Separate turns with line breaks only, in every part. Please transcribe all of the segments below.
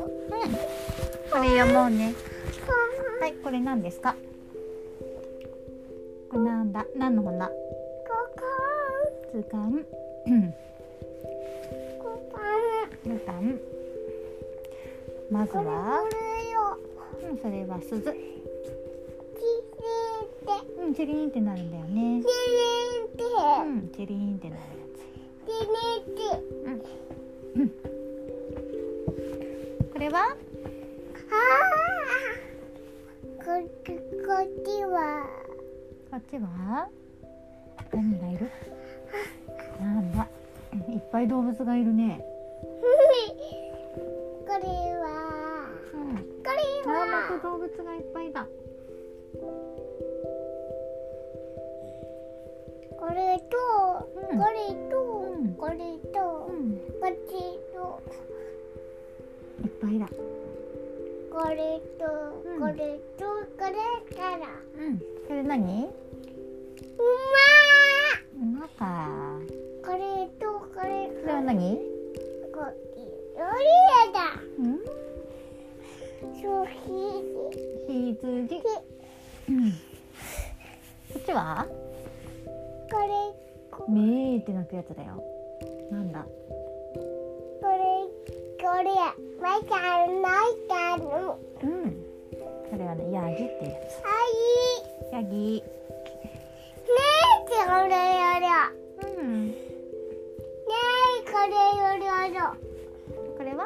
これ読もうね。はい、これ何ですか。これなんだ、何の花。図鑑。 うん図鑑。まずは。うん、それは鈴。うん、チェリーンってなるんだよね。うん、チェリーンってなるやつ。これは。こっちは。何がいる。なんだ。いっぱい動物がいるね。うん。あ、また動物がいっぱいだ。うん。いっぱいだ。うん。それ何？馬か。
これとこれ
それは何？
これだ。
うん。
消費
羊。
で
うん。こっちは？
これこ
めーって鳴くやつだよ。なんだ。
これこれまだないだの
うん。それはねヤギってや
はい
つ。ヤギ。
ねえこれよりゃね
うん。
えこれよりゃろ
これは？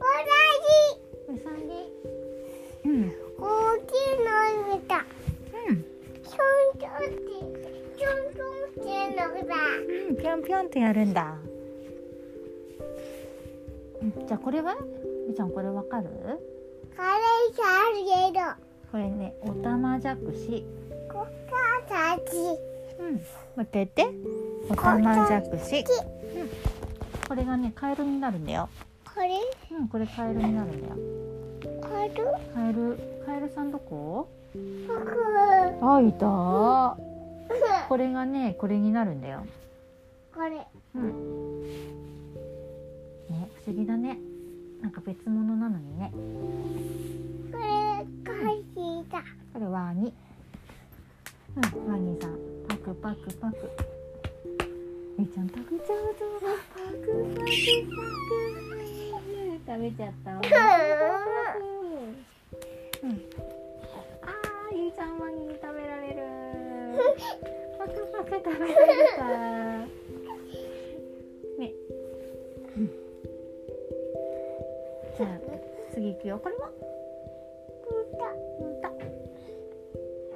おな
ウサギ。うん。
じ大きいの見た
うん。
ちょんちょんってちょんちょんってのだ
うん、ぴょんぴょんってやるんだ。うんじゃあこれは？みーちゃんこれわかる？
これさあ
これね、おたまじゃくし。
げろこかたち
うん。待ってて。おたまじゃくし。うん。これがね、カエルになるんだよ。
これ
うん、これカエルになるんだよ。
これ
カエル、カエルさんどこ？
ここ
あ、いた。これがね、これになるんだよ。
これ
うん。ね、不思議だね。なんか別物なのにね。
これかしだ
これワニ。うん、ワニさん。パクパクパク。みーちゃん食べちゃうぞ。パクパクパク。食べちゃったわ。うん。ああ、ゆいちゃんワニに食べられる。パクパク食べられた。ね。うんじゃあ次行くよ。これも歌。こ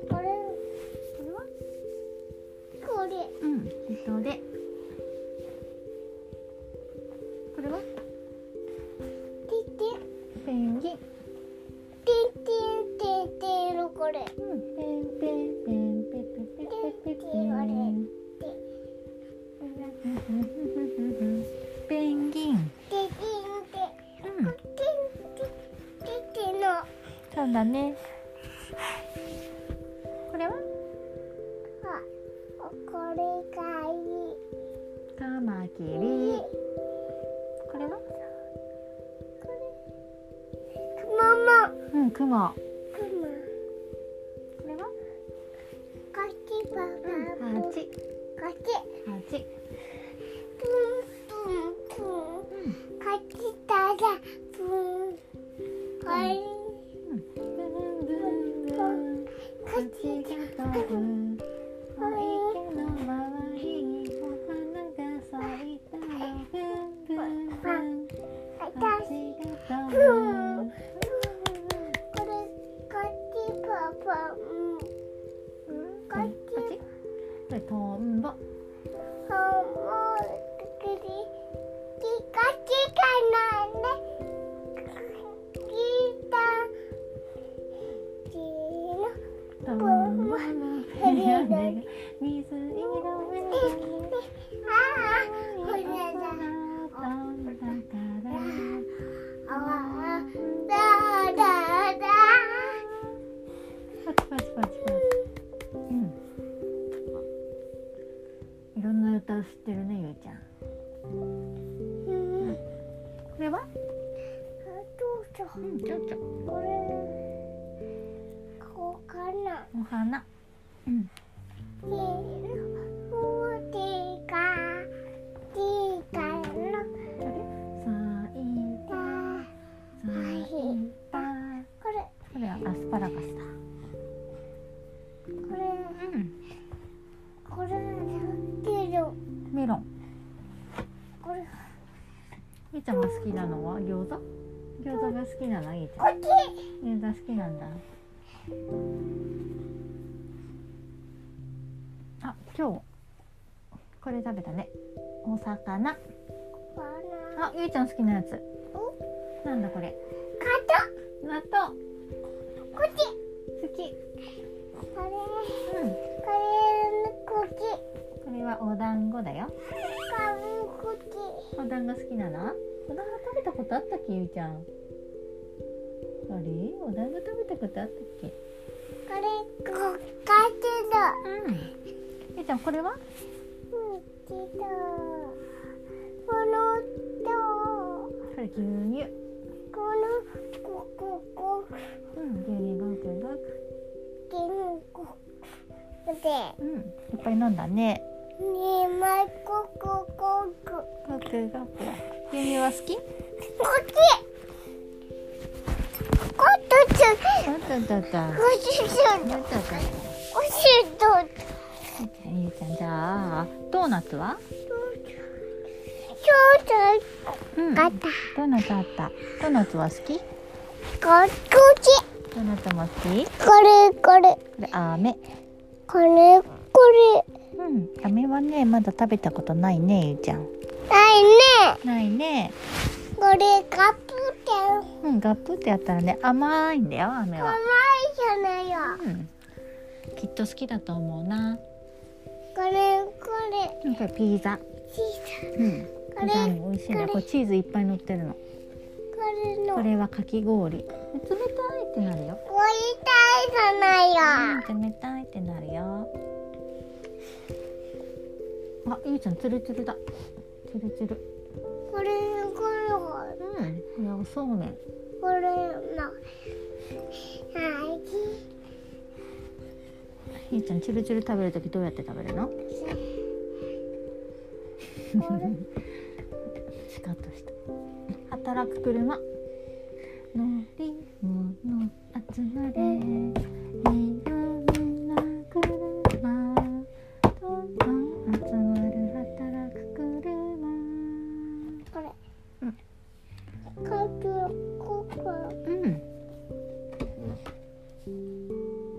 これ
れは
これ
うん、人で。これは
てんてんてんてんて
ペンギン。
んてんてんのこれ
うん、ペンペンペンペペペペペペン。ペンギン。
てんてんて
うん
こ、てんてんてんてんのあ
そうだね。これは
これがいい
カマキリ。これは
くまも
うん、クマ。
くま
これは
こっちばば
うん、
ば
ハ
こっち
チ。ハチ。
ぷんぷんぷんこっちだらぷんこれ
ブンブンブン。
こっち
口が飛ぶ。お池の周りにお花が咲いたよ。ブンブンブン。
あ
口
た
が飛ぶ。
これ
ちゃん
うん。
これは
どうぞ。
うんちょうちょ
これ。こうかな。
お花うん
えー、おでか。でかの。
あれさい
だ。
さいた
これ。
これはアスパラガスだ
これ。
うん
これ。けど。
メロン
これ。
ゆうちゃんが好きなのは餃子餃子が好きなのゆうちゃん
こっち。
餃子好きなんだあ今日これ食べたねお魚
バナナ。
あゆうちゃん好きなやつ
お。
なんだこれ
カッ
納豆
ト。こっち。
好き
これ。
うん
これ。こっち。
これはお団子だよ
かぶこっち。
お団子好きなのお団子食べたことあったっけゆうちゃんあれお団子食べたことあったっけ
これ、こっかけだ。
うんゆうちゃんこれは
うん、けど。この、と、
これ牛乳
この、こ、こ、こ、
うん牛乳がくがく
けん、こ、
う
で、
んいっぱい飲んだね
ねまい、こ、こ、こ、こ、
ごくごく牛乳は好き
こっちこっとちゅ、
あったあったあったあ
こっちゅ、
ったあったあっ
おしと、
たゆうちゃんじゃあドーナツは
ちょうだい、
うんド
かった。
ーナツあったドーナツは好き
こ、こっち
ドーナツも好きこ
これ、これ、
れ飴
これ、これ。
うん飴はねまだ食べたことないねゆうちゃん
ないね。
ないね
これカップケー
うん、ガップってやったらね、甘いんだよ、飴
甘
は。
いじゃないよ。
うん。きっと好きだと思うな。
これこれ
うん、これピザ。
チーズ。
うん。
こ
ピ
れ
ザも美味しいんだよ。
こ
こ
れ
れチーズいっぱい乗ってるの。
これの
こ
これ
れはかき氷。冷たいってなるよ。
たいじゃないよ。
うん、冷たいってなるよ。あ、ゆうちゃんツルツルだ。ツルツル。
これこれ
うん。これはそうめん。
これの味。
ゆうちゃんツルツル食べるときどうやって食べるの？
これ
シカッとした働く車乗り物集まれ南の車どんどん集まる働く車
これ。
うん
カップここ
うん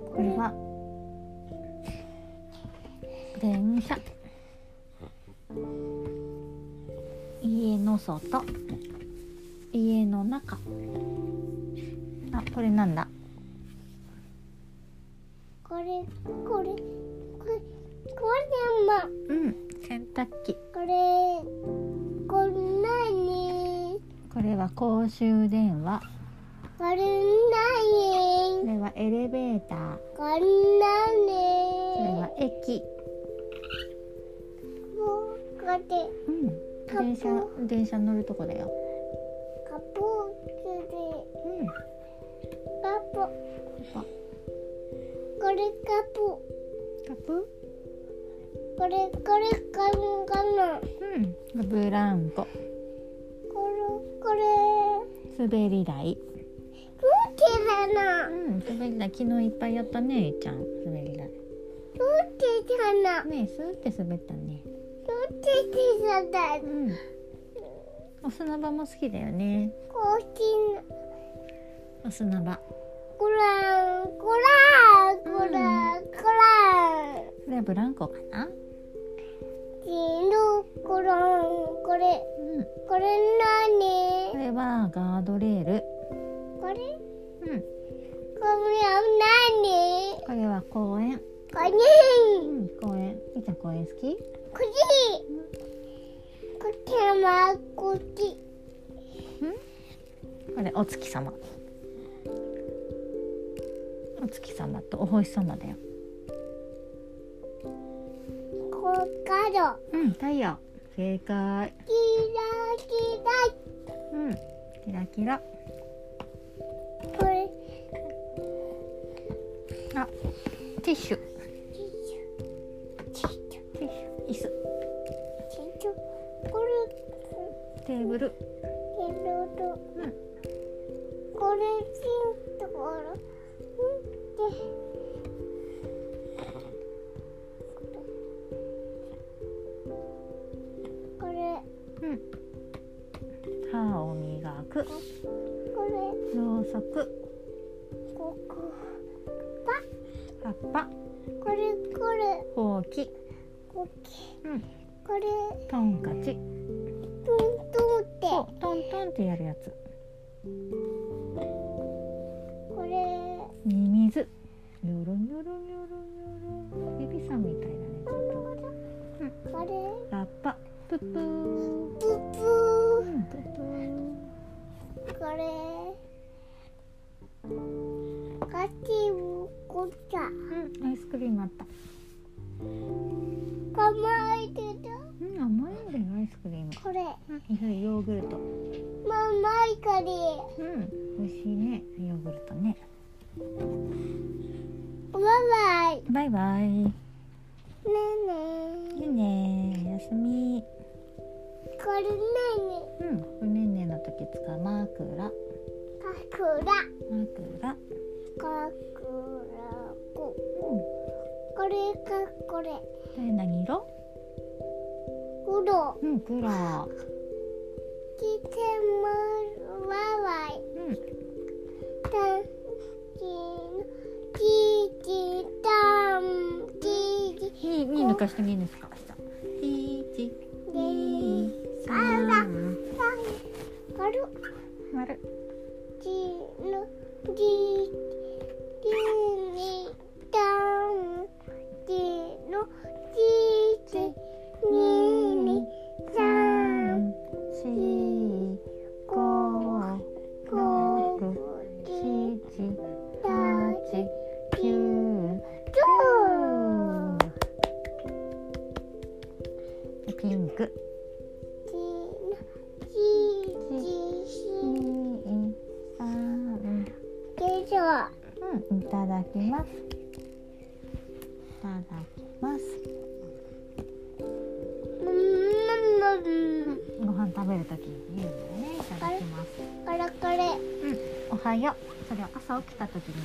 これは電車家の外家の中あこれなんだ
これこれこれこれも
うん洗濯機
これこんなに
これは公衆電話
これな
こ
に
れはエレベーター
こんな
これは
に
駅
もうこれ
うん電車電車乗るとこだよ
カポーで
うん
カポ
カポ
これカポ
カプ
これこれカンカナ
うんブランコ
これこれ
滑り台
うんちだな
う
うん
ん、滑り台昨日いっぱいやったね、ゆいちゃん。滑り台。
ちだな
ねえ、スーって滑ったね。
うんちだだ
うん。お砂場も好きだよね。
こうち
お砂場。
こらんこらんこらんこらん
それはブランコかな。
ちのこらんこれ
うん。
こ
こ
れなに
れはガードレール。
これ
うん。
これは何
これは公園。
これ
うん、公園。ゆいちゃん公園好き。
こっちこっちはこっち
これお月様。お月様とお星様だよ。
こっから
うん、太陽。正解
キラ
うんキラキラ
キラこれ
あティッシュ
ちっちゃいちっちゃい
ティッシュ椅
ちっちゃいこれ
子テーブル
けどと
うん
これちんところうんってこれ
うん歯を磨く
これ
ろうそく
ここ
葉っぱ
これこれ
ほうき
こけ
うん
これ
トンカチ
トントンって
そうトントンってやるやつ
これ
ミミズニョロニョロニョロニョロベビさんみたいだねちょっと
これ
ラッパプップー
プップ
うんプップー
ーこれガチムコちゃん
うんアイスクリームあった
構えてた
うん甘いんだよアイスクリーム
これ
うん意外ヨーグルト
ママイカリ
うん美味しいねヨーグルトね
バイ
バ
バイ
イバイね
ねえ
えね
ね
えおやすみ
えこれね
うんこれねえねえの時使うマークラ
えねえかくら
マークラ
かくらこ
うん
これかこれ
これ何色
うろ
うん黒
きてもわわい
うん
たんきのききたんきき
に、に抜かしてもいいですか。一、二、三、
たんかる
なる。
きのききにたんきのききににたん
三、四、五、
こ
六、
き
七、
たん
八、九。
きょう
ピンク。
きのききし
二、三。
けじょ
うん、いただきます。いただきます。
うん
ご飯食べるときに言うんだよね。いただきます。
これこれ
うん、おはよう。それは朝起きたときに。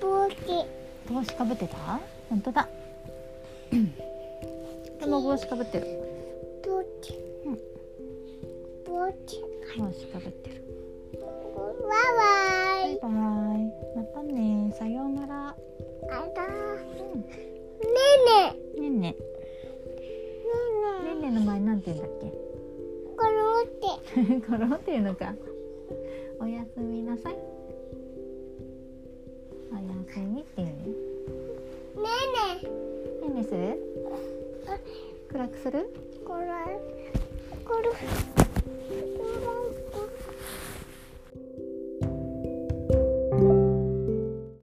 ぼうき
帽子かぶってた本当だでも帽子かぶってる
ぼうき
うん
ぼうき
帽子かぶってる
わわ
バイ
い
バイまたねさようなら
あら
うんね
ねね
えねえねえ
ねね
ねえの前なんて言うんだっ
ころって
けコロっていうのかおやすみなさいおやすみっていうね
ねね
ねえねえする暗くする
ころころね